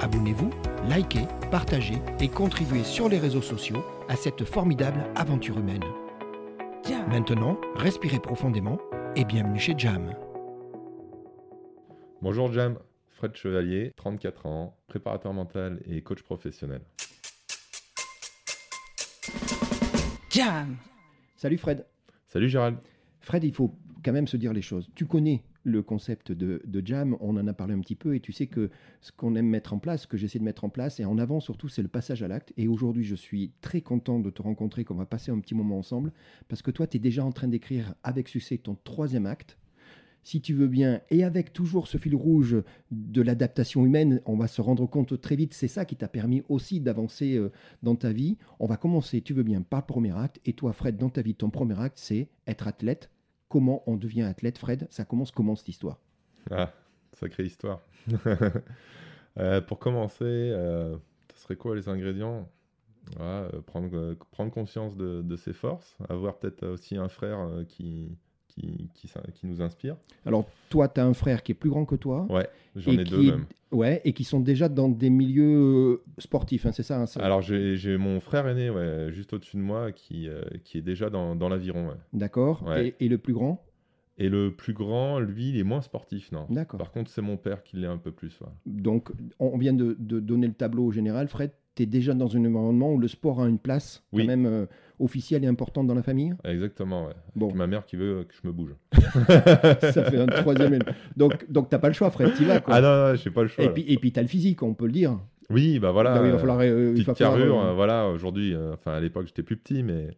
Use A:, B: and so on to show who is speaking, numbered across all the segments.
A: Abonnez-vous, likez, partagez et contribuez sur les réseaux sociaux à cette formidable aventure humaine. Maintenant, respirez profondément et bienvenue chez Jam.
B: Bonjour Jam, Fred Chevalier, 34 ans, préparateur mental et coach professionnel.
C: Jam.
A: Salut Fred.
B: Salut Gérald.
A: Fred, il faut quand même se dire les choses. Tu connais le concept de, de jam, on en a parlé un petit peu, et tu sais que ce qu'on aime mettre en place, ce que j'essaie de mettre en place, et en avant surtout, c'est le passage à l'acte. Et aujourd'hui, je suis très content de te rencontrer, qu'on va passer un petit moment ensemble, parce que toi, tu es déjà en train d'écrire avec succès ton troisième acte. Si tu veux bien, et avec toujours ce fil rouge de l'adaptation humaine, on va se rendre compte très vite, c'est ça qui t'a permis aussi d'avancer euh, dans ta vie. On va commencer, tu veux bien, par le premier acte. Et toi, Fred, dans ta vie, ton premier acte, c'est être athlète, comment on devient athlète, Fred Ça commence comment cette histoire
B: Ah, sacrée histoire. Euh, pour commencer, euh, ce serait quoi les ingrédients Voilà, euh, prendre, euh, prendre conscience de, de ses forces, avoir peut-être aussi un frère euh, qui, qui, qui, s'in- qui nous inspire.
A: Alors, toi, tu as un frère qui est plus grand que toi.
B: Ouais, j'en
A: et
B: ai
A: qui
B: deux
A: est-
B: même.
A: Ouais, et qui sont déjà dans des milieux euh, sportifs, hein, c'est ça hein, c'est-
B: Alors j'ai j'ai mon frère aîné, ouais, juste au-dessus de moi, qui, euh, qui est déjà dans, dans l'aviron. ouais.
A: D'accord.
B: Ouais.
A: Et, et le plus grand
B: Et le plus grand, lui, il est moins sportif, non
A: D'accord.
B: Par contre, c'est mon père qui l'est un peu plus. voilà.
A: Donc, on vient de, de donner le tableau au général. Fred, tu es déjà dans un environnement où le sport a une place
B: Oui.
A: quand même euh, officielle et importante dans la famille.
B: Exactement, ouais.
A: Bon,
B: Ma mère qui veut que je me bouge.
A: ça fait un troisième élément. Donc, donc t'as pas le choix, Fred, tu vas. Quoi.
B: Ah non, non, j'ai pas le choix.
A: et
B: là.
A: puis, et puis, tu as le physique, on peut le dire.
B: Oui, bah voilà.
A: Donc, il va
B: euh,
A: falloir. euh, il
B: petite
A: va falloir,
B: carrure,
A: euh,
B: euh, voilà, aujourd'hui, euh, enfin à l'époque j'étais plus petit, mais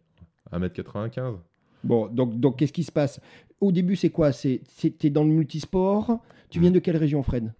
B: 1m95.
A: Bon, donc, donc qu'est-ce qui se passe Au début, c'est quoi C'est c'est- T'es dans le multisport. Tu viens de quelle région, Fred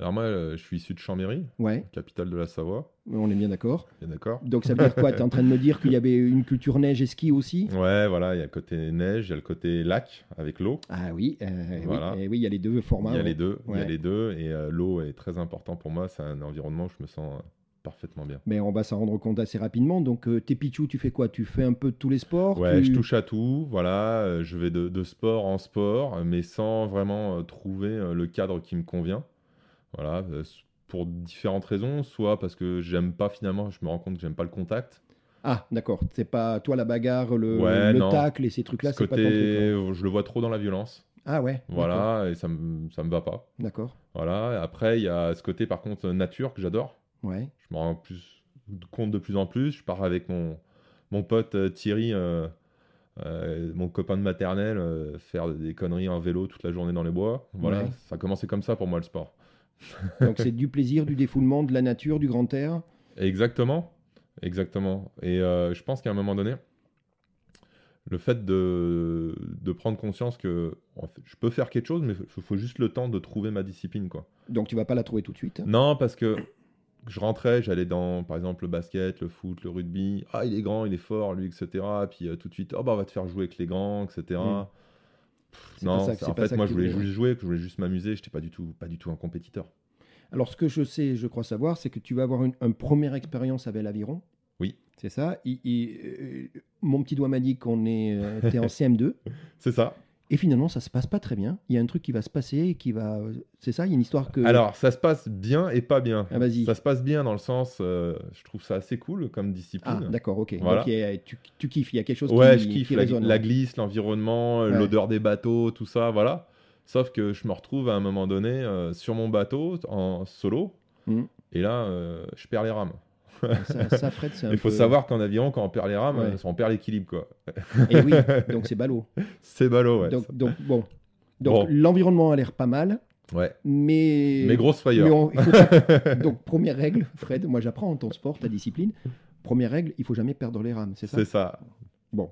B: Alors moi, euh, je suis issu de Chambéry,
A: Ouais,
B: capitale de la Savoie,
A: on est bien d'accord.
B: bien d'accord
A: Donc ça veut dire quoi T'es en train de me dire qu'il y avait une culture neige et ski aussi
B: Ouais, voilà, il y a le côté neige, il y a le côté lac avec l'eau.
A: Ah oui, euh, oui,
B: Voilà.
A: eh oui, il y a les deux
B: Il
A: formats.
B: y a
A: ouais.
B: les deux, il y a
A: Ouais.
B: les deux, et euh, l'eau est très important pour moi, c'est un environnement où je me sens euh, parfaitement bien.
A: Mais on va s'en rendre compte assez rapidement. Donc euh, t'es Pichou, tu fais quoi Tu fais un peu de tous les sports
B: Ouais,
A: tu-
B: je touche à tout, voilà, euh, je vais de, de sport en sport, euh, mais sans vraiment euh, trouver euh, le cadre qui me convient. Voilà, euh, s- pour différentes raisons, soit parce que j'aime pas finalement, je me rends compte que j'aime pas le contact.
A: Ah d'accord, c'est pas toi la bagarre, le,
B: Ouais,
A: le
B: non.
A: tacle et ces trucs-là,
B: ce
A: c'est
B: côté, euh,
A: pas ton truc. hein.
B: je le vois trop dans la violence.
A: Ah ouais, d'accord,
B: Voilà, et ça me, ça me va pas.
A: D'accord,
B: Voilà, et après, il y a ce côté, par contre, euh, nature que j'adore.
A: ouais.
B: Je me rends plus, compte de plus en plus. Je pars avec mon, mon pote euh, Thierry, euh, euh, mon copain de maternelle, euh, faire des conneries en vélo toute la journée dans les bois. Voilà,
A: Ouais.
B: ça a commencé comme ça pour moi, le sport.
A: Donc c'est du plaisir, du défoulement, de la nature, du grand air.
B: Exactement, exactement. Et euh, je pense qu'à un moment donné, le fait de, de prendre conscience que en fait, je peux faire quelque chose, mais il faut juste le temps de trouver ma discipline, quoi.
A: Donc tu vas pas la trouver tout de suite.
B: Non, parce que je rentrais, j'allais dans, par exemple, le basket, le foot, le rugby. Ah, il est grand, il est fort, lui, etc. Puis euh, tout de suite, oh, bah, on va te faire jouer avec les grands, etc.
A: Mm.
B: Pff,
A: C'est pas
B: non,
A: ça-
B: c'est-
A: c'est
B: en
A: pas
B: fait,
A: ça
B: moi,
A: que
B: je
A: tu
B: voulais
A: voulais.
B: juste jouer, que je voulais juste m'amuser. J'étais pas du tout, pas du tout un compétiteur.
A: Alors ce que je sais, je crois savoir, c'est que tu vas avoir une, une première expérience avec l'aviron.
B: Oui.
A: C'est ça. Il- il- euh, mon petit doigt m'a dit qu'on est euh, t'es en CM2
B: C'est ça.
A: et finalement ça se passe pas très bien. Il y a un truc qui va se passer et qui va. euh, C'est ça. Il y a une histoire que.
B: Alors, ça se passe bien et pas bien.
A: Ah, vas-y.
B: Ça se passe bien dans le sens, euh, je trouve ça assez cool comme
A: Ah,
B: discipline.
A: d'accord, ok.
B: Voilà.
A: Donc, il y a- tu, tu kiffes, il y a quelque chose
B: ouais,
A: qui,
B: je kiffe
A: qui
B: la,
A: résonne.
B: la glisse, l'environnement, euh,
A: Ouais.
B: l'odeur des bateaux, tout ça, voilà. Sauf que je me retrouve à un moment donné euh, sur mon bateau en solo,
A: Mhm.
B: et là, euh, je perds les rames.
A: Ça, ça, Fred, c'est un
B: Il faut
A: peu-
B: savoir qu'en aviron, quand on perd les rames,
A: Ouais.
B: on perd l'équilibre, quoi.
A: Et Eh oui, donc c'est ballot.
B: C'est ballot, ouais.
A: donc,
B: ça.
A: donc, bon. Donc
B: Bon.
A: l'environnement a l'air pas mal,
B: ouais.
A: mais.
B: Mais grosse frayeur.
A: Mais on- il faut pas- donc première règle, Fred, moi j'apprends en ton sport, ta discipline. Première règle, il faut jamais perdre les rames, c'est ça
B: C'est ça.
A: Bon.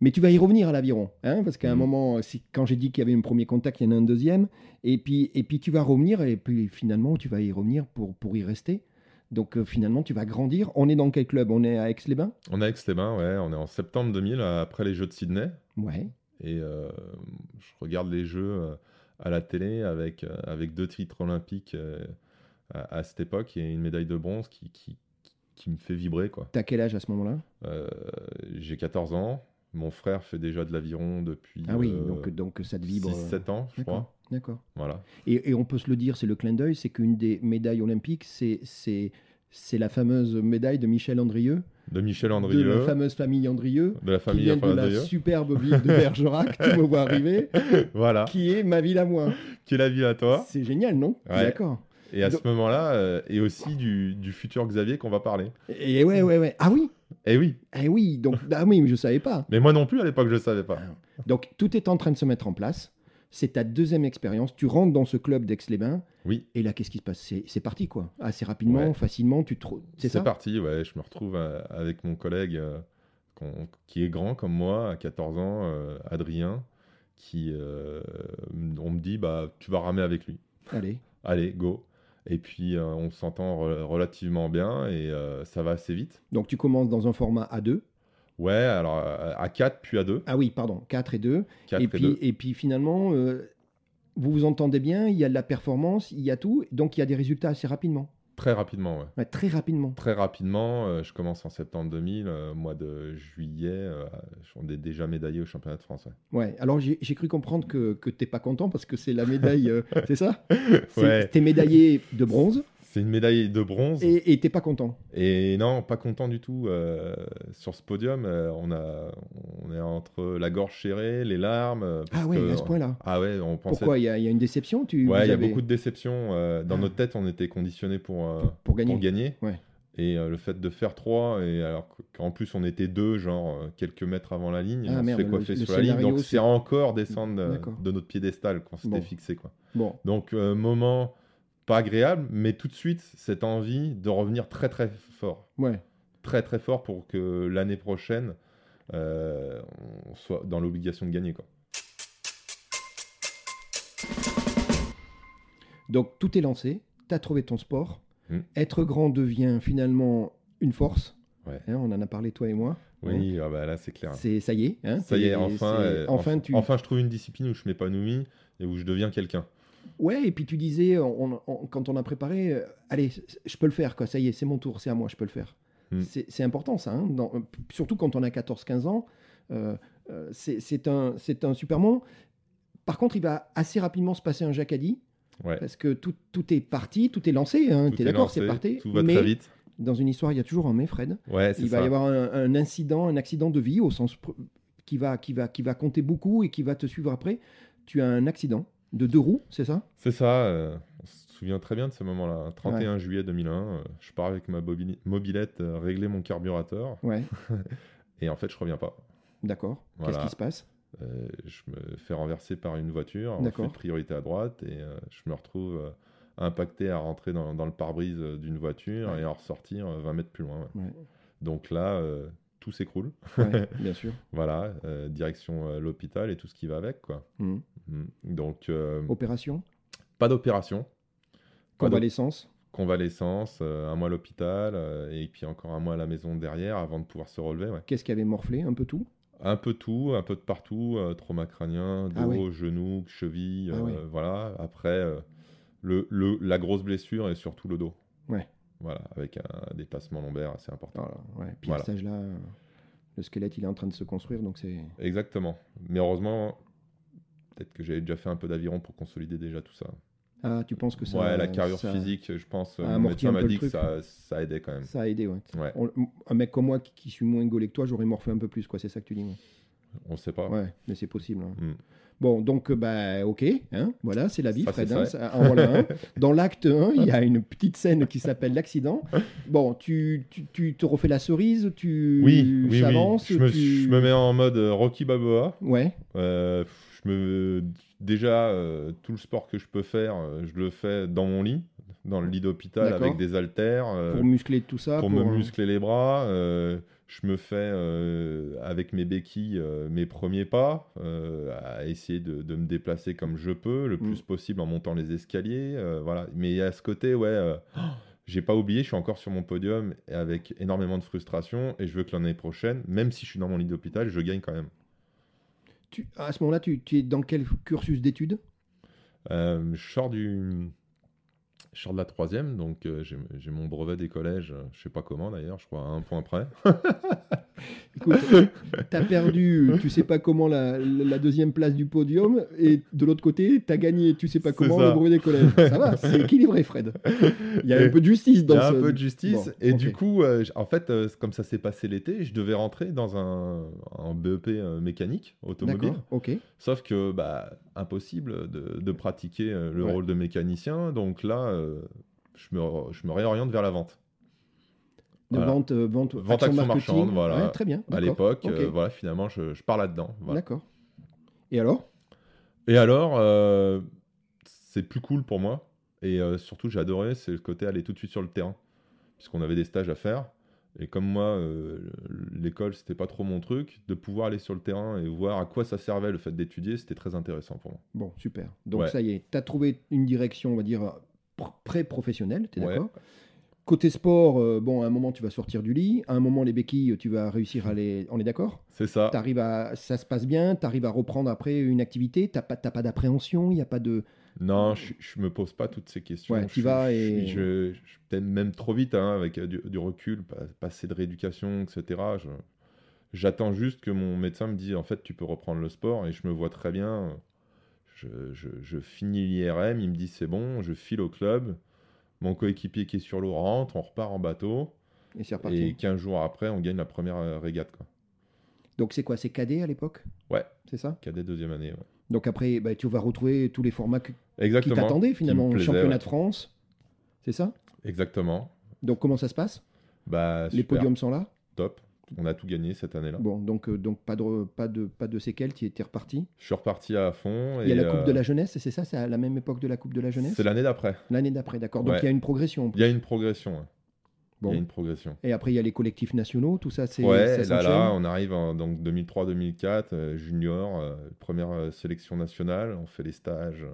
A: Mais tu vas y revenir à l'aviron, hein, parce qu'à un
B: Mhm.
A: moment, c'est quand j'ai dit qu'il y avait un premier contact, il y en a un deuxième, et puis, et puis tu vas revenir, et puis finalement, tu vas y revenir pour, pour y rester. Donc euh, finalement, tu vas grandir. On est dans quel club On est à Aix-les-Bains
B: On a Aix-les-Bains, ouais. On est en septembre 2000, après les Jeux de Sydney.
A: Ouais.
B: Et euh, je regarde les Jeux euh, à la télé avec, euh, avec deux titres olympiques euh, à, à cette époque et une médaille de bronze qui, qui, qui me fait vibrer, quoi.
A: T'as quel âge à ce moment-là
B: Euh, J'ai 14 ans. Mon frère fait déjà de l'aviron depuis
A: Ah oui, donc, donc ça te vibre. euh,
B: 7 ans, Euh, je
A: D'accord.
B: crois.
A: D'accord.
B: Voilà.
A: Et, et on peut se le dire, c'est le clin d'œil, c'est qu'une des médailles olympiques, c'est- c'est c'est la fameuse médaille de Michel Andrieux,
B: De Michel
A: de
B: Andrieux,
A: la fameuse famille Andrieux,
B: de la
A: qui
B: famille
A: vient de la
B: Andrieux.
A: superbe ville de Bergerac, tu me vois arriver,
B: voilà,
A: qui est ma ville à moi.
B: qui est la ville à toi.
A: C'est génial, non
B: Ah. Ouais.
A: D'accord.
B: Et à
A: Donc-
B: ce moment-là, euh, et aussi du, du futur Xavier qu'on va parler.
A: Et ouais, ouais, ouais. Ah oui
B: Eh oui,
A: Eh oui, donc, ah oui, mais je savais pas.
B: mais moi non plus à l'époque, je ne savais pas.
A: Donc, tout est en train de se mettre en place. C'est ta deuxième expérience. Tu rentres dans ce club d'Aix-les-Bains.
B: Oui.
A: Et là, qu'est-ce qui se passe C'est c'est parti, quoi. Assez rapidement,
B: Ouais.
A: facilement, tu te. re- C'est ça
B: parti, ouais. Je me retrouve euh, avec mon collègue euh, qu'on- qui est grand comme moi, à 14 ans, euh, Adrien, qui euh, on me dit bah tu vas ramer avec lui.
A: Allez.
B: Allez, go. Et puis euh, on s'entend re- relativement bien et euh, ça va assez vite.
A: Donc, tu commences dans un format A2.
B: Ouais, alors à- à 4 puis à 2,
A: Ah oui, pardon, 4 et 2.
B: 4
A: Et
B: et,
A: puis,
B: 2.
A: et puis finalement, euh, vous vous entendez bien, il y a de la performance, il y a tout. Donc, il y a des résultats assez rapidement.
B: Très rapidement, ouais.
A: Ouais, très rapidement.
B: Très rapidement, euh, je commence en septembre 2000, euh, mois de juillet, euh, on est déjà médaillé au championnat de France. ouais.
A: Ouais, alors j'ai j'ai cru comprendre que, que t'es pas content parce que c'est la médaille, euh, c'est ça C'est-
B: Ouais.
A: T'es médaillé de bronze
B: C'est une médaille de bronze.
A: et et t'es pas content.
B: Et non, pas content du tout. euh, sur ce podium, euh, on, a, on est entre la gorge serrée, les larmes. euh, parce
A: Ah ouais,
B: que-
A: à ce point-là.
B: Ah ouais, on pensait.
A: Pourquoi Il y, a il y a une déception tu,
B: Ouais,
A: vous
B: il y a
A: avez-
B: beaucoup de déceptions. euh, dans
A: Ah.
B: notre tête, on était conditionnés pour, euh,
A: Pour gagner.
B: pour gagner.
A: Ouais.
B: Et euh, le fait de faire 3, et alors qu'en plus on était deux, genre euh, quelques mètres avant la ligne,
A: Ah
B: on
A: merde,
B: se fait
A: le-
B: coiffer
A: le
B: sur la ligne.
A: scénario,
B: Donc
A: c'est-
B: c'est encore descendre euh,
A: D'accord.
B: de notre piédestal qu'on s'était
A: Bon.
B: fixé. Quoi.
A: Bon,
B: Donc euh, moment pas agréable, mais tout de suite cette envie de revenir très très fort
A: ouais.
B: très très fort pour que l'année prochaine euh, on soit dans l'obligation de gagner quoi.
A: Donc tout est lancé, t'as trouvé ton sport.
B: Mm.
A: Être grand devient finalement une force.
B: Ouais.
A: Hein, on en a parlé toi et moi.
B: Oui, ah bah là c'est clair.
A: C'est ça y est. hein,
B: Ça y est,
A: c'est-
B: enfin,
A: c'est-
B: euh,
A: enfin
B: enf-
A: tu.
B: enfin, je trouve une discipline où je m'épanouis et où je deviens quelqu'un.
A: Ouais, et puis tu disais, on- on- quand on a préparé, euh, allez, c- je peux le faire, quoi, ça y est, c'est mon tour, c'est à moi, je peux le faire.
B: Mm.
A: C'est c'est important, ça, hein, dans- surtout quand on a 14-15 ans, euh, euh, c'est c'est un, c'est un super moment. Par contre, il va assez rapidement se passer un jacadi,
B: Ouais.
A: parce que tout, tout est parti, tout est lancé, hein,
B: Tout
A: t'es
B: est
A: d'accord,
B: lancé,
A: c'est parti.
B: Tout va
A: mais
B: très vite.
A: dans une histoire, il y a toujours un mais, Fred.
B: Ouais, c'est
A: Il va y
B: ça.
A: avoir un, un incident, un accident de vie, au sens pr- qui va, qui, va, qui va compter beaucoup et qui va te suivre après. Tu as un accident de deux roues, c'est ça
B: C'est ça. euh, on se souvient très bien de ce moment-là. hein. 31 juillet 2001, euh, je pars avec ma bobine- mobilette euh, régler mon carburateur
A: Ouais.
B: et en fait je reviens pas.
A: D'accord.
B: Voilà.
A: Qu'est-ce qui se passe
B: Euh, je me fais renverser par une voiture, on
A: D'accord.
B: fait priorité à droite et euh, je me retrouve euh, impacté à rentrer dans, dans le pare-brise euh, d'une voiture
A: Ouais.
B: et à ressortir euh, 20 mètres plus loin. ouais.
A: Ouais.
B: Donc là, euh, tout s'écroule.
A: Ouais, Bien sûr.
B: Voilà, euh, direction euh, l'hôpital et tout ce qui va avec. quoi.
A: Mhm.
B: Mm. Donc, euh,
A: Opération,
B: pas d'opération, pas de
A: convalescence.
B: convalescence, euh, un mois à l'hôpital euh, et puis encore un mois à la maison derrière avant de pouvoir se relever. ouais.
A: Qu'est-ce qui avait morflé Un peu tout
B: Un peu tout, un peu de partout, euh, trauma crânien, dos,
A: Ah ouais.
B: genoux, cheville,
A: Ah
B: euh,
A: ouais.
B: voilà. Après, euh, le, le- la grosse blessure et surtout le dos.
A: Ouais.
B: Voilà, avec un dépassement lombaire assez important.
A: Voilà, Ah, ouais. Puis
B: Voilà.
A: à cet âge-là, euh, le squelette, il est en train de se construire, donc c'est.
B: Exactement. Mais heureusement, peut-être que j'avais déjà fait un peu d'aviron pour consolider déjà tout ça.
A: Ah, tu penses que ça.
B: ouais, la carrure
A: ça-
B: physique, je pense, euh,
A: ça
B: mon
A: amortit
B: médecin
A: un
B: m'a
A: peu le
B: dit que
A: truc.
B: ça, ça aidait quand même.
A: Ça a aidé, ouais.
B: Ouais.
A: On- un mec comme moi qui, qui suis moins gaulé que toi, j'aurais morflé un peu plus, quoi. C'est ça que tu dis. ouais.
B: On ne sait pas.
A: Ouais, mais c'est possible. hein.
B: Mm.
A: Bon, donc, euh, bah, ok, hein, voilà, c'est la vie,
B: Ça,
A: Fred.
B: c'est
A: hein,
B: ça.
A: ça- en voilà un. Dans l'acte 1, il y a une petite scène qui s'appelle l'accident. Bon, tu, tu, tu te refais la cerise, tu
B: Oui, oui, oui.
A: s'avances,
B: Je me,
A: tu-
B: je me mets en mode euh, Rocky Balboa.
A: Ouais,
B: Euh, pff, je me... Déjà, euh, tout le sport que je peux faire, euh, je le fais dans mon lit, dans le lit d'hôpital
A: D'accord.
B: avec des haltères. euh,
A: pour muscler tout ça.
B: pour, me muscler les bras. euh, je me fais euh, avec mes béquilles euh, mes premiers pas, euh, à essayer de, de me déplacer comme je peux, le
A: Mm.
B: plus possible en montant les escaliers. euh, voilà. Mais il y a ce côté, ouais, euh, j'ai pas oublié, je suis encore sur mon podium et avec énormément de frustration et je veux que l'année prochaine, même si je suis dans mon lit d'hôpital, je gagne quand même.
A: Tu- à ce moment-là, tu, tu es dans quel cursus d'études
B: Euh, je sors du. Je sors de la troisième, donc euh, j'ai j'ai mon brevet des collèges, euh, je sais pas comment d'ailleurs, je crois à un point près.
A: Écoute, t'as perdu, tu sais pas comment, la, la deuxième place du podium, et de l'autre côté, t'as gagné, tu sais pas
B: C'est
A: comment,
B: ça.
A: le brevet des collèges. Ça va, c'est équilibré, Fred. Il y a un peu de justice
B: Il y
A: dans
B: a
A: ce...
B: un peu de justice.
A: euh, Bon,
B: et
A: ok.
B: du coup, euh, j- en fait, euh, comme ça s'est passé l'été, je devais rentrer dans un, un BEP euh, mécanique automobile.
A: D'accord, ok.
B: Sauf que, bah, impossible de, de pratiquer euh, le
A: Ouais.
B: rôle de mécanicien. Donc là, euh, je, me, re- je me réoriente vers la vente.
A: De
B: Voilà.
A: vente, euh, vente,
B: Vente action
A: marketing.
B: marchande, voilà.
A: Ouais, très bien.
B: À
A: d'accord,
B: l'époque,
A: ok,
B: euh, voilà, finalement, je, je pars là-dedans. Voilà.
A: D'accord. Et alors
B: Et alors, euh, c'est plus cool pour moi. Et euh, surtout, j'ai adoré, c'est le côté aller tout de suite sur le terrain. Puisqu'on avait des stages à faire. Et comme moi, euh, l'école, c'était pas trop mon truc, de pouvoir aller sur le terrain et voir à quoi ça servait le fait d'étudier, c'était très intéressant pour moi.
A: Bon, super. Donc
B: Ouais.
A: ça y est, t'as trouvé une direction, on va dire, pr- pré-professionnelle, t'es
B: Ouais.
A: d'accord Côté sport, euh, bon, à un moment, tu vas sortir du lit. À un moment, les béquilles, tu vas réussir à les... On est d'accord
B: C'est ça.
A: T'arrives à... Ça se passe bien, t'arrives à reprendre après une activité, t'as pas, t'as pas d'appréhension, il n'y a pas de...
B: Non, je, je me pose pas toutes ces questions.
A: Ouais, t'y
B: Je-
A: vas
B: je-
A: et-
B: Je, je, suis peut-être même trop vite, hein, avec euh, du, du recul, pa- passer de rééducation, etc. Je- J'attends juste que mon médecin me dise en fait, tu peux reprendre le sport et je me vois très bien. Je, je, je finis l'IRM, il me dit c'est bon, je file au club. Mon coéquipier qui est sur l'eau rentre, on repart en bateau.
A: Et c'est reparti.
B: Et 15 jours après, on gagne la première euh, régate, quoi.
A: Donc c'est quoi C'est cadet à l'époque
B: Ouais.
A: C'est ça
B: Cadet deuxième année. ouais.
A: Donc après, bah, tu vas retrouver tous les formats que- qui
B: Exactement.
A: t'attendaient
B: me
A: finalement.
B: plaisait,
A: Championnat
B: ouais.
A: de France, c'est ça
B: Exactement.
A: Donc comment ça se passe
B: Bah,
A: Les
B: super,
A: podiums sont là
B: top. On a tout gagné cette année-là.
A: Bon, donc, euh, donc pas, de, re- pas, de, pas de séquelles, tu étais reparti.
B: Je suis reparti à fond.
A: Il y a
B: et,
A: la Coupe
B: euh,
A: de la Jeunesse, c'est ça C'est à la même époque de la Coupe de la Jeunesse
B: C'est l'année d'après.
A: L'année d'après, d'accord. Donc
B: Ouais.
A: il y a une progression.
B: Il y a une progression. hein. Il
A: Bon.
B: y a une progression.
A: Et après, il y a les collectifs nationaux, tout ça, c'est.
B: Ouais,
A: ça
B: là,
A: s'enchaîne
B: là, on arrive en donc 2003-2004, euh, junior, euh, première euh, sélection nationale, on fait les stages, euh,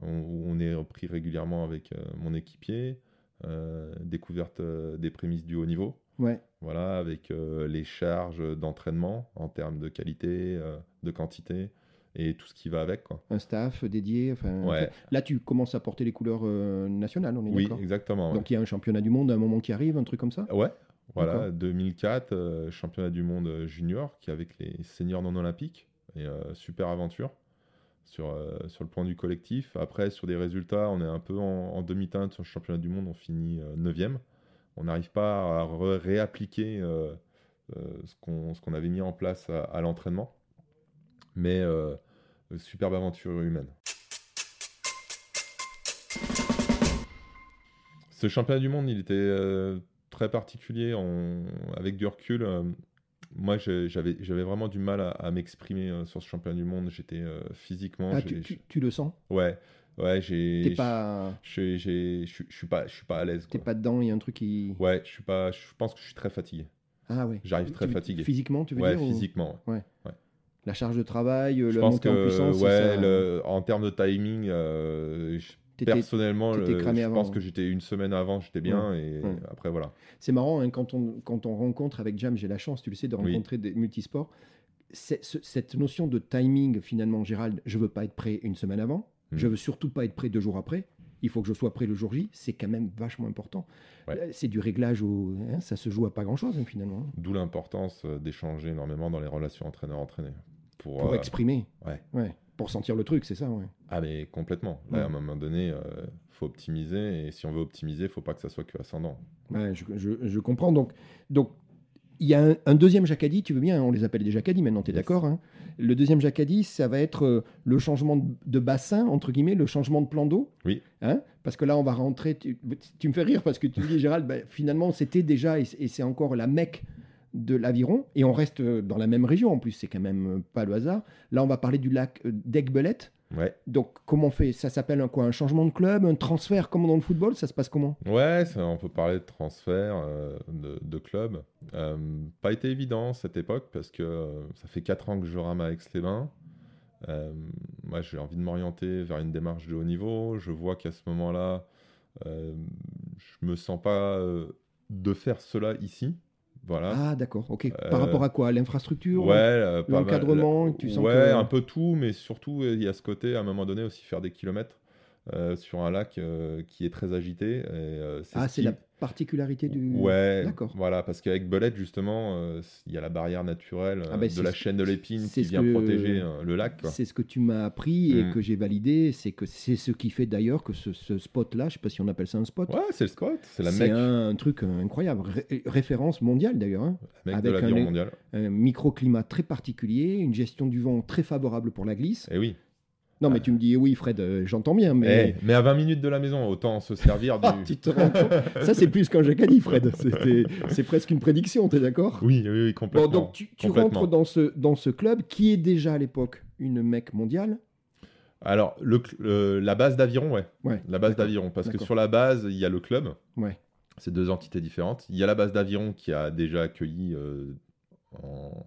B: on, on est repris régulièrement avec euh, mon équipier, euh, découverte euh, des prémices du haut niveau,
A: Ouais.
B: voilà, avec euh, les charges d'entraînement en termes de qualité, euh, de quantité et tout ce qui va avec, quoi.
A: Un staff dédié. Enfin,
B: Ouais.
A: ok. Là, tu commences à porter les couleurs euh, nationales, on est
B: Oui,
A: d'accord
B: exactement. ouais.
A: Donc il y a un championnat du monde à un moment qui arrive, un truc comme ça
B: Ouais, voilà,
A: D'accord.
B: 2004, euh, championnat du monde junior, qui est avec les seniors non olympiques, et euh, super aventure sur, euh, sur le plan du collectif. Après, sur des résultats, on est un peu en, en demi-teinte sur le championnat du monde, on finit 9ème. On n'arrive pas à re- réappliquer euh, euh, ce qu'on ce qu'on avait mis en place à, à l'entraînement, mais euh, superbe aventure humaine. Ce championnat du monde, il était euh, très particulier. On- Avec du recul, euh, moi, j'ai- j'avais j'avais vraiment du mal à, à m'exprimer euh, sur ce championnat du monde. J'étais euh, physiquement.
A: Ah, tu,
B: j'ai-
A: tu- tu le sens
B: Ouais, ouais, j'ai.
A: T'es pas,
B: Je j'ai- je suis je suis pas, je suis pas à l'aise.
A: t'es
B: quoi.
A: pas dedans, il y a un truc qui.
B: Ouais, je suis pas. Je pense que je suis très fatigué.
A: Ah ouais.
B: J'arrive
A: Tu-
B: très
A: tu-
B: fatigué.
A: Physiquement, tu veux
B: Ouais,
A: dire ou-
B: physiquement. ouais.
A: La charge de travail, euh, la
B: Je pense
A: montée
B: que
A: en puissance.
B: ouais,
A: ça- hein.
B: le- en termes de timing, euh, je-
A: t'étais-
B: personnellement,
A: t'étais
B: le- je
A: cramé avant,
B: pense
A: ouais.
B: que j'étais une semaine avant, j'étais bien et
A: ouais.
B: après voilà.
A: C'est marrant, hein, quand, on, quand on rencontre avec Jam, j'ai la chance, tu le sais, de
B: Oui.
A: rencontrer des multisports. C'est- ce- cette notion de timing, finalement, Gérald, je veux pas être prêt une semaine avant,
B: Mm.
A: je veux surtout pas être prêt deux jours après, il faut que je sois prêt le jour J, c'est quand même vachement important.
B: Ouais.
A: Euh, C'est du réglage, au, hein, ça se joue à pas grand-chose, hein, finalement, hein,
B: D'où l'importance euh, d'échanger énormément dans les relations entraîneur-entraîné. Pour,
A: pour
B: euh,
A: exprimer,
B: ouais.
A: pour sentir le truc, c'est ça, ouais.
B: Ah mais complètement. Là,
A: Ouais.
B: à un moment donné, euh, faut optimiser et si on veut optimiser, faut pas que ça soit que ascendant.
A: Ouais, je, je- je comprends. Donc, donc, Il y a un, un deuxième Jacadi, tu veux bien, on les appelle des Jacadi maintenant, tu es
B: Yes.
A: d'accord hein Le deuxième Jacadi, ça va être euh, le changement de, de bassin, entre guillemets, le changement de plan d'eau.
B: Oui.
A: Hein parce que là, on va rentrer. Tu, tu me fais rire parce que tu me dis, Gérald, ben, finalement, c'était déjà, et, c- et c'est encore la Mecque de l'Aviron, et on reste euh, dans la même région en plus, c'est quand même euh, pas le hasard. Là, on va parler du lac euh, d'Aigbelette.
B: Ouais,
A: Donc, comment on fait Ça s'appelle un, quoi Un changement de club Un transfert Comme dans le football Ça se passe comment
B: ouais ça, on peut parler de transfert, euh, de, de club. Euh, pas été évident cette époque parce que euh, ça fait 4 ans que je rame à Aix-les-Bains. Euh, moi, j'ai envie de m'orienter vers une démarche de haut niveau. Je vois qu'à ce moment-là, euh, je me sens pas euh, de faire cela ici. Voilà.
A: Ah, d'accord, ok.
B: Euh,
A: Par rapport à quoi À L'infrastructure
B: Ouais, euh, pas mal-
A: l'encadrement,
B: la-
A: tu sens
B: ouais,
A: que-
B: un peu tout, mais surtout euh, il y a ce côté à un moment donné aussi faire des kilomètres euh, sur un lac euh, qui est très agité. et, euh,
A: Ah,
B: ce
A: c'est
B: qui-
A: la particularité du.
B: Ouais,
A: D'accord.
B: Voilà, parce qu'avec Belette justement, euh, c- il y a la barrière naturelle
A: Ah
B: euh,
A: ben,
B: de
A: c'est
B: la
A: ce-
B: chaîne de l'épine
A: c'est
B: qui
A: ce
B: vient
A: que-
B: protéger euh, le lac. quoi.
A: C'est ce que tu m'as appris et
B: Mm.
A: que j'ai validé. C'est que c'est ce qui fait d'ailleurs que ce, ce spot-là, je sais pas si on appelle ça un spot.
B: Ouais, c'est le spot, c'est la
A: c'est
B: mec,
A: un, truc euh, incroyable, Ré- référence mondiale d'ailleurs. hein.
B: la mec de
A: avec
B: l'avion
A: un-
B: mondial.
A: Un microclimat très particulier, une gestion du vent très favorable pour la glisse.
B: Et Eh oui.
A: Non, mais tu me dis, eh oui, Fred, euh, j'entends bien,
B: Eh,
A: mais.
B: Mais... à 20 minutes de la maison, autant se servir du.
A: Ah, tu te rends compte Ça, c'est plus qu'un jacadi, Fred. C'était- C'est presque une prédiction, t'es d'accord
B: Oui, oui, oui,
A: Bon,
B: complètement.
A: donc tu, tu
B: complètement.
A: rentres dans ce, dans ce club qui est déjà à l'époque une mec mondiale.
B: Alors, le cl- euh, la base d'aviron, ouais.
A: Ouais,
B: La base
A: d'accord,
B: d'aviron, parce que
A: d'accord.
B: sur la base, il y a le club.
A: Ouais.
B: C'est deux entités différentes. Il y a la base d'aviron qui a déjà accueilli, euh, en-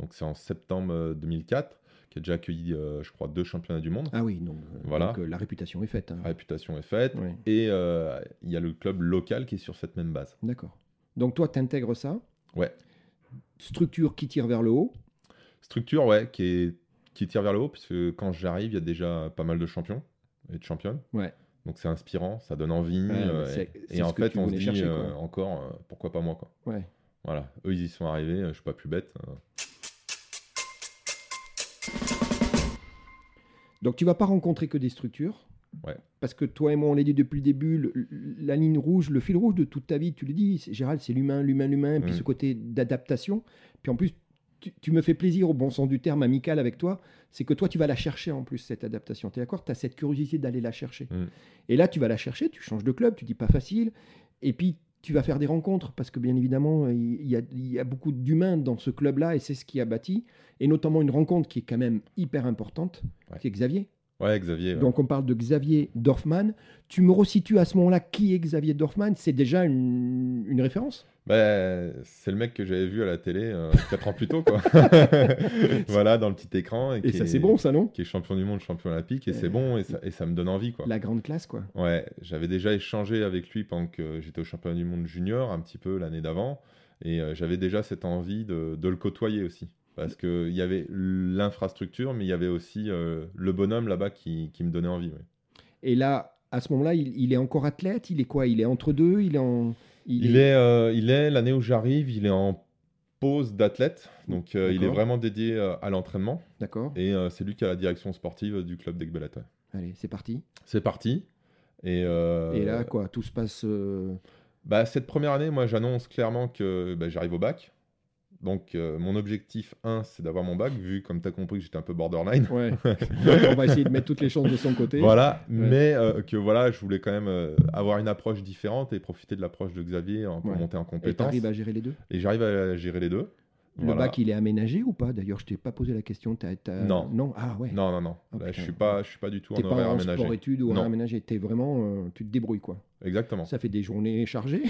B: donc c'est en septembre euh, 2004, qui a déjà accueilli, euh, je crois, deux championnats du monde.
A: Ah oui, donc, euh,
B: Voilà. Ah
A: donc, euh, la réputation est faite. hein.
B: La réputation est faite.
A: Ouais,
B: Et euh, il y a le club local qui est sur cette même base.
A: D'accord. Donc toi, t'intègres ça.
B: Ouais.
A: Structure qui tire vers le haut.
B: Structure, ouais, qui, est- qui tire vers le haut, puisque quand j'arrive, il y a déjà pas mal de champions et de championnes.
A: Ouais.
B: Donc c'est inspirant, ça donne envie.
A: Ouais,
B: euh,
A: mais c'est-
B: et
A: c'est
B: et en
A: ce que
B: fait,
A: tu
B: on se
A: voulais
B: dit
A: chercher, quoi.
B: euh, encore, euh, pourquoi pas moi, quoi.
A: Ouais.
B: Voilà, eux, ils y sont arrivés, euh, je suis pas plus bête. euh.
A: Donc tu vas pas rencontrer que des structures.
B: Ouais.
A: Parce que toi et moi, on l'a dit depuis le début, le- le- la ligne rouge, le fil rouge de toute ta vie, tu le dis, c'est- Gérald, c'est l'humain, l'humain, l'humain, et puis
B: Mm.
A: ce côté d'adaptation. Puis en plus, tu, tu me fais plaisir au bon sens du terme, amical avec toi, c'est que toi, tu vas la chercher en plus, cette adaptation. Tu es d'accord Tu as cette curiosité d'aller la chercher.
B: Mm.
A: Et là, tu vas la chercher, tu changes de club, tu dis pas facile, et puis tu vas faire des rencontres, parce que bien évidemment, il il y a, il y a beaucoup d'humains dans ce club-là, et c'est ce qui a bâti, et notamment une rencontre qui est quand même hyper importante,
B: Ouais.
A: qui est Xavier.
B: Ouais, Xavier. ouais.
A: Donc on parle de Xavier Dorfman. Tu me resitues à ce moment-là qui est Xavier Dorfman C'est déjà une, une référence.
B: Bah, c'est le mec que j'avais vu à la télé 4 ans plus tôt, quoi. voilà, dans le petit écran. Et,
A: Et
B: qui
A: ça
B: est-
A: c'est bon ça, non
B: Qui est champion du monde, champion olympique, et
A: Euh,
B: c'est bon, et ça, et ça me donne envie, quoi.
A: La grande classe quoi.
B: Ouais, j'avais déjà échangé avec lui pendant que j'étais au championnat du monde junior, un petit peu l'année d'avant, et euh, j'avais déjà cette envie de, de le côtoyer aussi. Parce qu'il y avait l'infrastructure, mais il y avait aussi euh, le bonhomme là-bas qui, qui me donnait envie. ouais.
A: Et là, à ce moment-là, il, il est encore athlète. Il est quoi Il est entre deux. Il est en.
B: Il, est, euh, il est l'année où j'arrive, il est en pause d'athlète, donc euh, il est
A: D'accord.
B: vraiment dédié euh, à l'entraînement,
A: D'accord.
B: et euh, c'est lui qui a la direction sportive du club d'Aiguebellat. ouais.
A: Allez, c'est parti.
B: C'est parti. Et, euh,
A: Et là quoi Tout se passe. euh,
B: Bah, cette première année, moi, j'annonce clairement que bah, j'arrive au bac. Donc, euh, mon objectif 1, c'est d'avoir mon bac, vu, comme tu as compris, que j'étais un peu borderline.
A: Ouais. on va essayer de mettre toutes les chances de son côté.
B: Voilà, mais euh, que voilà, je voulais quand même euh, avoir une approche différente et profiter de l'approche de Xavier hein, pour
A: Ouais.
B: monter en
A: Et
B: compétence.
A: t'arrives à gérer les deux.
B: Et j'arrive à gérer les deux.
A: Le
B: Voilà.
A: bac, il est aménagé ou pas D'ailleurs, je t'ai pas posé la question. T'as- t'as-
B: Non.
A: Non. Ah ouais.
B: Non, non, non.
A: Oh,
B: Là, je
A: putain.
B: suis pas, je suis pas du tout
A: T'es
B: en
A: pas
B: horaire
A: en
B: aménagé.
A: sport-études ou en
B: Non.
A: aménagé. T'es vraiment. euh, tu te débrouilles quoi.
B: Exactement.
A: Ça fait des journées chargées.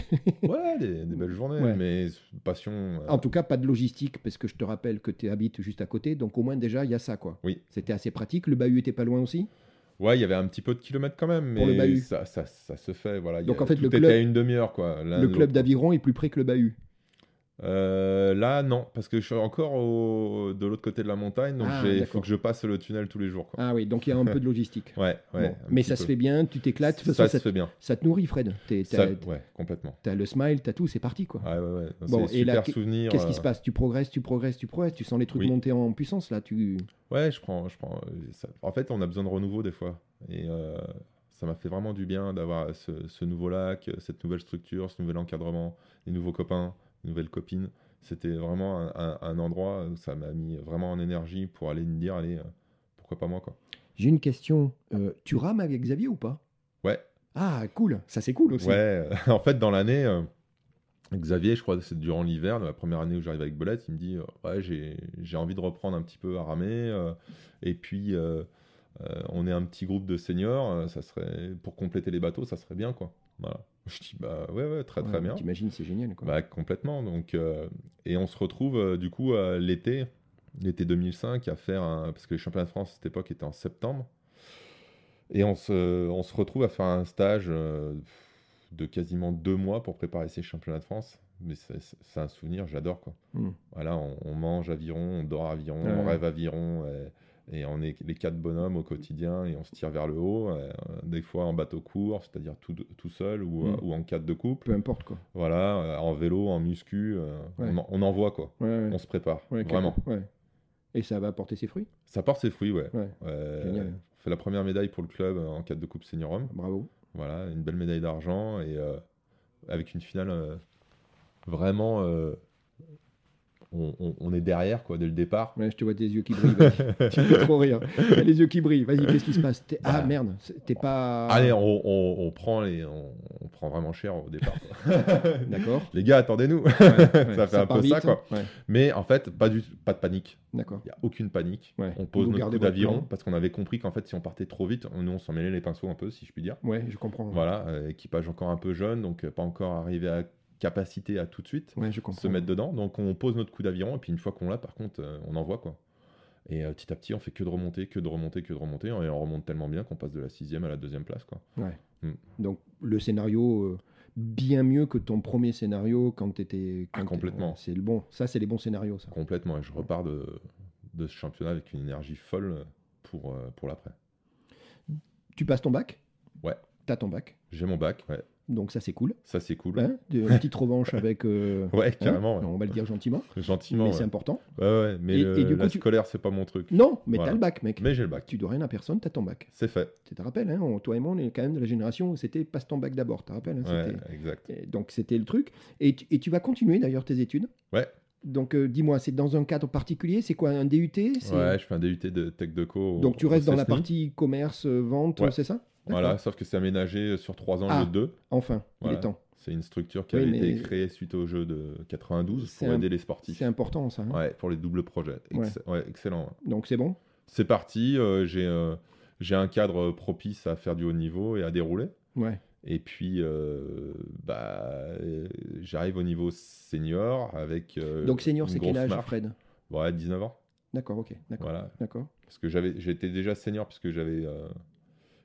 B: Ouais, des, des belles journées,
A: Ouais.
B: mais passion. euh,
A: En tout cas, pas de logistique, parce que je te rappelle que tu habites juste à côté, donc au moins déjà, il y a ça, quoi.
B: Oui.
A: C'était assez pratique, le bahut était pas loin aussi.
B: Ouais, il y avait un petit peu de kilomètres quand même,
A: Pour le
B: mais
A: bahut.
B: ça, ça, ça se fait. Voilà. Il y
A: Donc,
B: a-
A: en fait,
B: tout
A: le
B: était
A: club-
B: à une demi-heure, quoi. l'un
A: le
B: de
A: club
B: l'autre.
A: d'Aviron est plus près que le bahut.
B: Euh, là, non, parce que je suis encore au- de l'autre côté de la montagne, donc
A: Ah,
B: il faut
A: d'accord.
B: que je passe le tunnel tous les jours. Quoi.
A: Ah oui, donc il y a un peu de logistique.
B: Ouais, ouais.
A: Bon.
B: un
A: Mais
B: petit
A: ça
B: peu.
A: se fait bien, tu t'éclates, de toute
B: Ça
A: façon, ça,
B: se fait bien.
A: te- ça te nourrit, Fred. T'es-
B: Ça-
A: T'as
B: ouais, complètement. Ah,
A: t'as le smile, t'as tout, c'est parti, quoi.
B: Ouais, ouais, ouais.
A: Bon,
B: C'est
A: et là,
B: super
A: qu'est-
B: souvenir.
A: Qu'est-ce qui se
B: euh,
A: passe Tu progresses, tu progresses, tu progresses, tu sens les trucs
B: Oui.
A: monter en puissance, là. Tu...
B: Ouais, je prends. Je prends euh, ça- En fait, on a besoin de renouveau des fois. Et euh, ça m'a fait vraiment du bien d'avoir ce, ce nouveau lac, euh, cette nouvelle structure, ce nouvel encadrement, les nouveaux copains, les nouvelles copines. c'était vraiment un, un- un endroit où ça m'a mis vraiment en énergie pour aller me dire, allez, euh, pourquoi pas moi, quoi.
A: J'ai une question. Euh, tu rames avec Xavier ou pas
B: Ouais.
A: Ah, cool. Ça, c'est cool aussi.
B: Ouais, en fait, dans l'année, euh, Xavier, je crois que c'est durant l'hiver, dans la première année où j'arrive avec Belette, il me dit euh, Ouais, j'ai j'ai envie de reprendre un petit peu à ramer. euh, et puis, euh, euh, on est un petit groupe de seniors, euh, ça serait, pour compléter les bateaux, ça serait bien, quoi. Voilà. Je dis Bah ouais, ouais, très très
A: Ouais,
B: bien.
A: T'imagines, c'est génial. Quoi.
B: Bah, complètement. Donc, euh, et on se retrouve euh, du coup euh, l'été, l'été 2005, à faire un, parce que les championnats de France à cette époque étaient en septembre. Et on se, on se retrouve à faire un stage euh, de quasiment deux mois pour préparer ces championnats de France. Mais c'est- c'est c'est un souvenir, j'adore quoi.
A: Mm.
B: Voilà, on, on mange aviron, on dort aviron, on
A: Ouais.
B: rêve aviron. Et, et on est les quatre bonhommes au quotidien et on se tire vers le haut. euh, des fois en bateau court, c'est-à-dire tout, tout seul ou, euh,
A: Mm.
B: ou en quatre de couple.
A: Peu importe quoi.
B: Voilà, euh, en vélo, en muscu, euh,
A: Ouais.
B: on, en- on envoie quoi.
A: Ouais, ouais.
B: On se prépare,
A: Ouais,
B: vraiment.
A: clairement, ouais. Et ça va porter ses fruits
B: Ça porte ses fruits, ouais.
A: Ouais,
B: Euh,
A: génial.
B: on fait la première médaille pour le club euh, en cadre de Coupe Senior Homme.
A: Bravo.
B: Voilà, une belle médaille d'argent et euh, avec une finale euh, vraiment. euh, on, on- on est derrière quoi, dès le départ.
A: Ouais, je te vois tes yeux qui brillent. vas-y. tu me fais trop rire. T'as Les yeux qui brillent. Vas-y, qu'est-ce qui se passe T'es- Ah
B: Bah.
A: merde, c'est- t'es pas.
B: Allez, on, on- on prend les, on, on prend vraiment cher au départ. quoi.
A: D'accord.
B: les gars, attendez-nous.
A: Ouais,
B: Ça fait un
A: part
B: peu ça,
A: vite.
B: quoi.
A: Ouais,
B: Mais en fait, pas, du, pas de panique.
A: D'accord.
B: Il n'y a aucune panique.
A: Ouais.
B: On pose
A: Vous
B: notre
A: gardez
B: coup
A: votre
B: d'aviron
A: plan.
B: parce qu'on avait compris qu'en fait, si on partait trop vite, nous, on s'en mêlait les pinceaux un peu, si je puis dire.
A: Ouais, je comprends.
B: Voilà, euh, équipage encore un peu jeune, donc euh, pas encore arrivé à capacité à tout de suite
A: Ouais, je comprends.
B: se mettre dedans. Donc, on pose notre coup d'aviron et puis une fois qu'on l'a, par contre, euh, on envoie quoi. Et euh, petit à petit, on fait que de remonter, que de remonter, que de remonter, et on remonte tellement bien qu'on passe de la sixième à la deuxième place quoi.
A: Donc le scénario euh, bien mieux que ton premier scénario quand t'étais.
B: Ah,
A: quand t'es-
B: complètement.
A: ouais, c'est le bon. Ça, c'est les bons scénarios. Ça.
B: Complètement. Et je repars de, de ce championnat avec une énergie folle euh, pour, euh, pour l'après.
A: Tu passes ton bac.
B: Ouais.
A: T'as ton bac.
B: J'ai mon bac, ouais.
A: Donc ça, c'est cool.
B: Ça c'est cool.
A: Hein De- une petite revanche avec. euh,
B: Ouais,
A: hein,
B: carrément. ouais.
A: On va le dire gentiment.
B: Gentiment.
A: mais
B: ouais.
A: c'est important.
B: Ouais, ouais, mais
A: Et-
B: le-
A: et du coup,
B: la
A: tu-
B: scolaire, c'est pas mon truc.
A: Non, mais
B: Voilà.
A: t'as le bac, mec.
B: Mais j'ai le bac.
A: Tu dois rien à personne, t'as ton bac.
B: C'est fait.
A: Tu te rappelles, hein, on- toi et moi, on est quand même de la génération où c'était passe ton bac d'abord. Tu te rappelles hein,
B: Ouais,
A: c'était-
B: exact.
A: Et Donc c'était le truc. Et tu, et tu vas continuer d'ailleurs tes études.
B: Ouais.
A: Donc euh, dis-moi, c'est dans un cadre particulier C'est quoi un DUT C'est-
B: Ouais, je fais un DUT de tech de co. au-
A: Donc tu
B: au
A: restes dans la
B: CESNI.
A: partie commerce, euh, vente,
B: Ouais.
A: c'est ça D'accord.
B: Voilà, sauf que c'est aménagé sur 3 ans au
A: Ah.
B: lieu de 2.
A: Enfin, il
B: Voilà.
A: est temps.
B: C'est une structure qui
A: Oui,
B: avait
A: mais-
B: été créée suite au jeu de 92
A: C'est
B: pour
A: un-
B: aider les sportifs.
A: C'est important ça. hein.
B: Ouais, pour les doubles projets. Ex- ouais, excellent. ouais.
A: Donc c'est bon
B: C'est parti. euh, j'ai euh, j'ai un cadre propice à faire du haut niveau et à dérouler.
A: Ouais.
B: Et puis, euh, bah, euh, j'arrive au niveau senior avec. euh,
A: Donc senior,
B: une
A: c'est quel
B: grosse
A: âge,
B: marche.
A: Fred
B: Ouais, 19 ans.
A: D'accord, ok. D'accord.
B: Voilà,
A: D'accord.
B: parce que j'avais j'étais déjà senior puisque j'avais euh,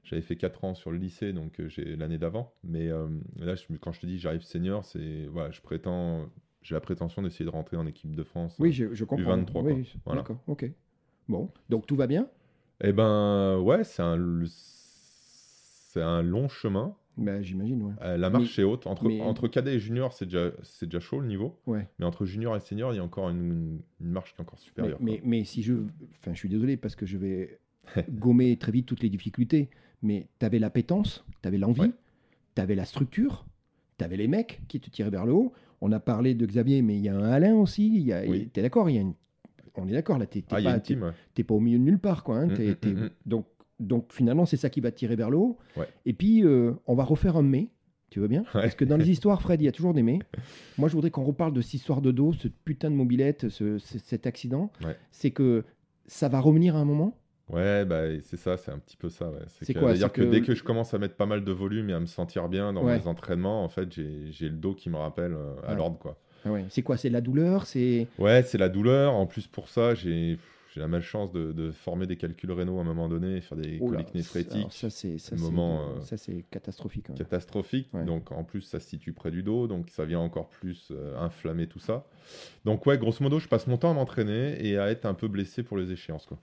B: j'avais fait 4 ans sur le lycée donc euh, j'ai l'année d'avant mais euh, là je- quand je te dis j'arrive senior c'est voilà je prétends j'ai la prétention d'essayer de rentrer en équipe de France
A: Oui, je, je comprends.
B: 23,
A: Oui,
B: Voilà.
A: D'accord, ok. Bon, donc tout va bien
B: et ben ouais c'est un le- c'est un long chemin
A: bah, J'imagine, ouais.
B: Euh, la marche est haute entre
A: mais-
B: entre cadet et junior c'est déjà c'est déjà chaud le niveau
A: Ouais.
B: mais entre junior et senior il y a encore une, une marche qui est encore
A: Mais,
B: supérieure quoi.
A: mais- mais si je. Enfin, je suis désolé parce que je vais gommer très vite toutes les difficultés, mais t'avais l'appétence, t'avais l'envie,
B: Ouais.
A: t'avais la structure, t'avais les mecs qui te tiraient vers le haut. On a parlé de Xavier, mais il y a un Alain aussi. il y a-
B: Oui.
A: et T'es d'accord il y a une- On est d'accord, là, t'es t'es
B: ah il y a
A: pas,
B: une
A: t'es-
B: team ouais.
A: t'es pas au milieu de nulle part. Quoi, hein,
B: Mm,
A: t'es-
B: mm,
A: t'es-
B: mm, mm.
A: donc, donc finalement, c'est ça qui va te tirer vers le haut.
B: Ouais.
A: Et puis, euh, on va refaire un mais. Tu veux bien Parce que dans les histoires, Fred, il y a toujours des mais. Moi, je voudrais qu'on reparle de cette histoire de dos, ce putain de mobilette, ce- ce- cet accident.
B: Ouais.
A: C'est que ça va revenir à un moment.
B: Ouais, bah, et c'est ça, c'est un petit peu ça. ouais.
A: C'est
B: C'est que-
A: quoi,
B: C'est-à-dire
A: c'est
B: que,
A: que-
B: dès que je commence à mettre pas mal de volume et à me sentir bien dans
A: Ouais.
B: mes entraînements, en fait, j'ai j'ai le dos qui me rappelle euh, à
A: Ouais.
B: l'ordre, quoi.
A: C'est quoi C'est la douleur C'est
B: Ouais, c'est la douleur. En plus, pour ça, j'ai pff, j'ai la malchance de, de former des calculs rénaux à un moment donné, faire des
A: Oh là,
B: coliques
A: alors
B: néphrétiques
A: Ça, c'est ça,
B: le
A: c'est-
B: moment, euh,
A: ça, c'est catastrophique. hein.
B: catastrophiques.
A: Ouais.
B: Donc, en plus, ça se situe près du dos, donc ça vient encore plus euh, inflammer tout ça. Donc, ouais, grosso modo, je passe mon temps à m'entraîner et à être un peu blessé pour les échéances, quoi.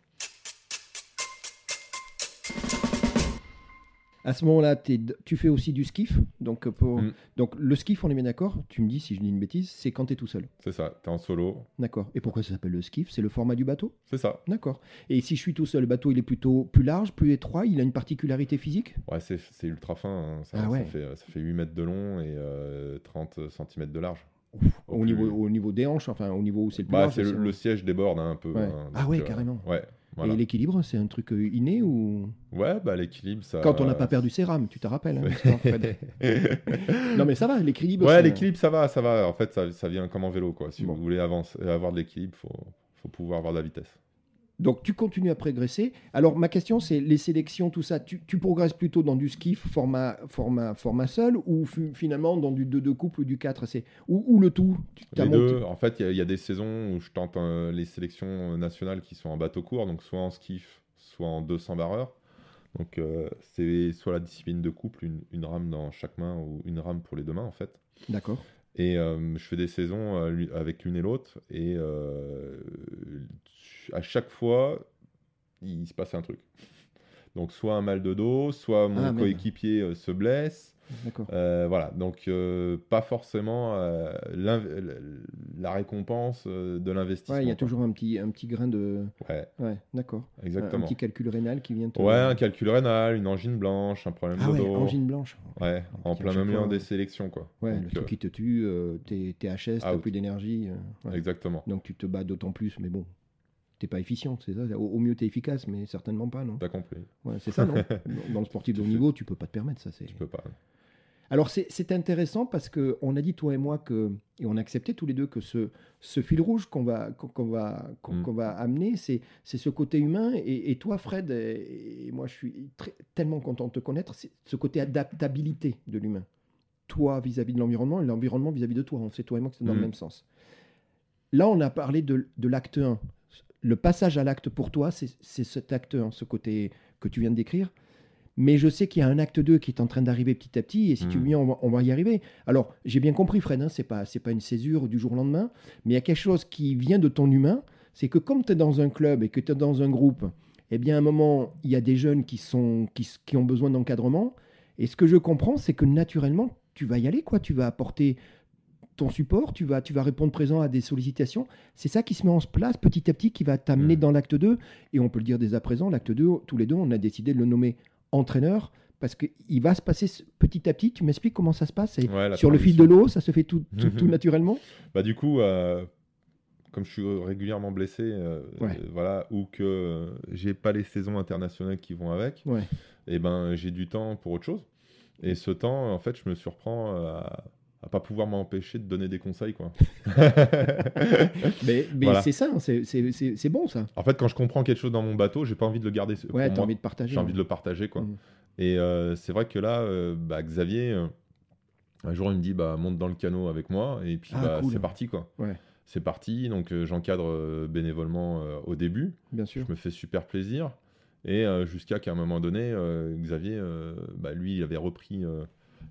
A: À ce moment-là, t'es- tu fais aussi du skiff. Donc, euh, pour...
B: Mm.
A: donc le skiff, on est bien d'accord. Tu me dis si je dis une bêtise, c'est quand tu es tout seul.
B: C'est ça, t'es en solo,
A: D'accord. Et pourquoi ça s'appelle le skiff C'est le format du bateau
B: c'est ça.
A: D'accord. Et si je suis tout seul, le bateau, il est plutôt plus large, plus étroit, il a une particularité physique
B: Ouais, c'est c'est ultra fin. hein. Ça,
A: Ah
B: ça
A: ouais.
B: fait, ça fait 8 mètres de long et euh, 30 cm de large.
A: ouf,
B: Au
A: au,
B: plus-
A: niveau, au niveau des hanches, enfin au niveau où c'est le plus
B: Bah,
A: large,
B: c'est le,
A: c'est-
B: le siège déborde hein, un peu.
A: Ouais.
B: hein,
A: Ah
B: donc,
A: ouais,
B: euh,
A: carrément.
B: Ouais, voilà.
A: Et l'équilibre, c'est un truc euh, inné ou
B: ouais bah, l'équilibre, ça.
A: quand on n'a pas perdu ses rames, tu te rappelles hein, l'histoire, Fred. Non mais ça va, l'équilibre.
B: ouais,
A: c'est-
B: l'équilibre, ça va, ça va. En fait, ça, ça vient comme en vélo, quoi. Si
A: Bon.
B: vous voulez avancer, avoir de l'équilibre, faut, faut pouvoir avoir de la vitesse.
A: Donc tu continues à progresser. Alors ma question c'est les sélections, tout ça, tu, tu progresses plutôt dans du skiff format, format, format seul ou fi- finalement dans du 2-2 couple ou du 4 c'est ou, ou le tout tu t'as
B: Les
A: monté-
B: deux, en fait, il y a- il y, a des saisons où je tente euh, les sélections nationales qui sont en bateau court, donc soit en skiff, soit en 200 barreurs. Donc, euh, c'est soit la discipline de couple, une, une rame dans chaque main ou une rame pour les deux mains, en fait.
A: D'accord.
B: Et euh, je fais des saisons euh, l'u- avec l'une et l'autre. Et euh, à chaque fois, il se passe un truc. Donc, soit un mal de dos, soit mon
A: Ah, merde.
B: coéquipier euh, se blesse.
A: D'accord.
B: Euh, voilà, donc euh, pas forcément euh, l'inv- la récompense euh, de l'investissement.
A: Ouais, il y a
B: quoi.
A: toujours un petit un petit grain de
B: Ouais,
A: ouais, d'accord. Un- Un
B: exactement.
A: petit calcul rénal qui vient te
B: Ouais, un calcul rénal, une angine blanche, un problème
A: Ah
B: de
A: ouais,
B: dos.
A: angine blanche.
B: Ouais,
A: Ah,
B: en
A: putain,
B: plein
A: chaque
B: milieu
A: fois,
B: des
A: ouais.
B: sélections, quoi.
A: Ouais,
B: Donc,
A: le truc
B: euh,
A: qui te tue, euh, t'es t'es HS, t'as
B: out.
A: plus d'énergie. euh, ouais.
B: Exactement.
A: Donc tu te bats d'autant plus, mais bon, t'es pas efficient, c'est ça Au, au mieux t'es efficace, mais certainement pas, non
B: T'as compris,
A: Ouais, C'est ça, non Dans- Dans le sportif de haut niveau, tu peux pas te permettre ça. c'est-
B: tu peux pas.
A: Alors c'est- c'est intéressant parce que on a dit toi et moi que et on a accepté tous les deux que ce, ce fil rouge qu'on va qu'on qu'on va qu'on
B: Mm.
A: qu'on va amener, c'est c'est ce côté humain. Et, et toi, Fred, et, et moi, je suis très- tellement content de te connaître. C'est ce côté adaptabilité de l'humain. Toi vis-à-vis de l'environnement et l'environnement vis-à-vis de toi. On sait toi et moi que c'est dans
B: Mm.
A: le même sens. Là, on a parlé de, de l'acte 1. Le passage à l'acte pour toi, c'est c'est cet acte 1, ce côté que tu viens de décrire. Mais je sais qu'il y a un acte 2 qui est en train d'arriver petit à petit, et si tu
B: Mm.
A: viens, on va, on va y arriver. Alors, j'ai bien compris, Fred, hein, c'est pas, c'est pas une césure du jour au lendemain, mais il y a quelque chose qui vient de ton humain, c'est que comme tu es dans un club et que tu es dans un groupe, eh bien, à un moment, il y a des jeunes qui, sont, qui, s- qui ont besoin d'encadrement, et ce que je comprends, c'est que naturellement, tu vas y aller, quoi. Tu vas apporter ton support, tu vas, tu vas répondre présent à des sollicitations. C'est ça qui se met en place petit à petit, qui va t'amener
B: Mhm.
A: dans l'acte 2. Et on peut le dire dès à présent, l'acte 2, tous les deux, on a décidé de le nommer entraîneur parce qu'il va se passer ce- petit à petit. Tu m'expliques comment ça se passe et
B: Ouais, la
A: Sur le fil de
B: transition.
A: l'eau, ça se fait tout, tout, tout naturellement
B: Bah, du coup, euh, comme je suis régulièrement blessé, euh,
A: Ouais.
B: euh, voilà, ou que euh, j'ai pas les saisons internationales qui vont avec,
A: Ouais.
B: et ben j'ai du temps pour autre chose. Et ce temps, en fait, je me surprends euh, à, à pas pouvoir m'empêcher de donner des conseils, quoi.
A: Mais, mais
B: Voilà.
A: c'est ça, hein, c'est- c'est c'est- c'est bon ça.
B: en fait, quand je comprends quelque chose dans mon bateau, j'ai pas envie de le garder. euh, pour
A: Ouais, t'as
B: moi.
A: envie de partager.
B: J'ai envie
A: hein.
B: de le partager, quoi.
A: Mhm.
B: Et euh, c'est vrai que là, euh, bah, Xavier, euh, un jour, il me dit, bah, monte dans le canot avec moi, et puis
A: Ah,
B: bah,
A: cool.
B: c'est parti, quoi.
A: Ouais.
B: C'est parti, donc euh, j'encadre euh, bénévolement euh, au début,
A: Bien sûr.
B: je me fais super plaisir, et euh, jusqu'à qu'à un moment donné, euh, Xavier, euh, bah, lui, il avait repris euh,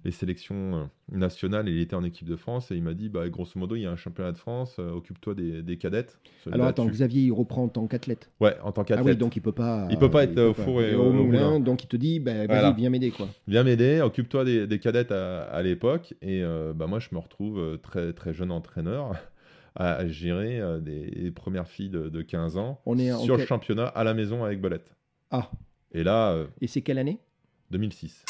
B: les sélections euh, nationales, et il était en équipe de France, et il m'a dit, bah, grosso modo, il y a un championnat de France, euh, occupe-toi des, des cadettes.
A: Alors attends,
B: Là-dessus.
A: Xavier, il reprend en tant qu'athlète.
B: Ouais, en tant
A: Ah
B: qu'athlète.
A: oui, donc il peut pas.
B: Il peut pas être au
A: pas.
B: four et
A: au
B: au
A: moulin,
B: moulin.
A: donc il te dit, bah, vas-y,
B: Voilà.
A: viens m'aider quoi.
B: viens m'aider, occupe-toi des, des cadettes à, à l'époque. Et euh, bah, moi, je me retrouve euh, très, très jeune entraîneur à, à gérer euh, des, des premières filles de, de 15 ans
A: On est en
B: sur le
A: quel-
B: championnat à la maison avec Belette.
A: Ah,
B: Et là, euh,
A: et c'est quelle année
B: 2006.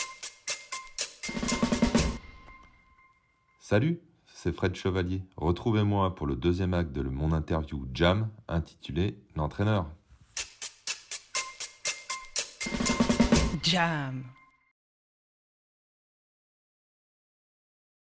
D: Salut, c'est Fred Chevalier. Retrouvez-moi pour le deuxième acte de mon interview Jam intitulé L'entraîneur.
C: Jam.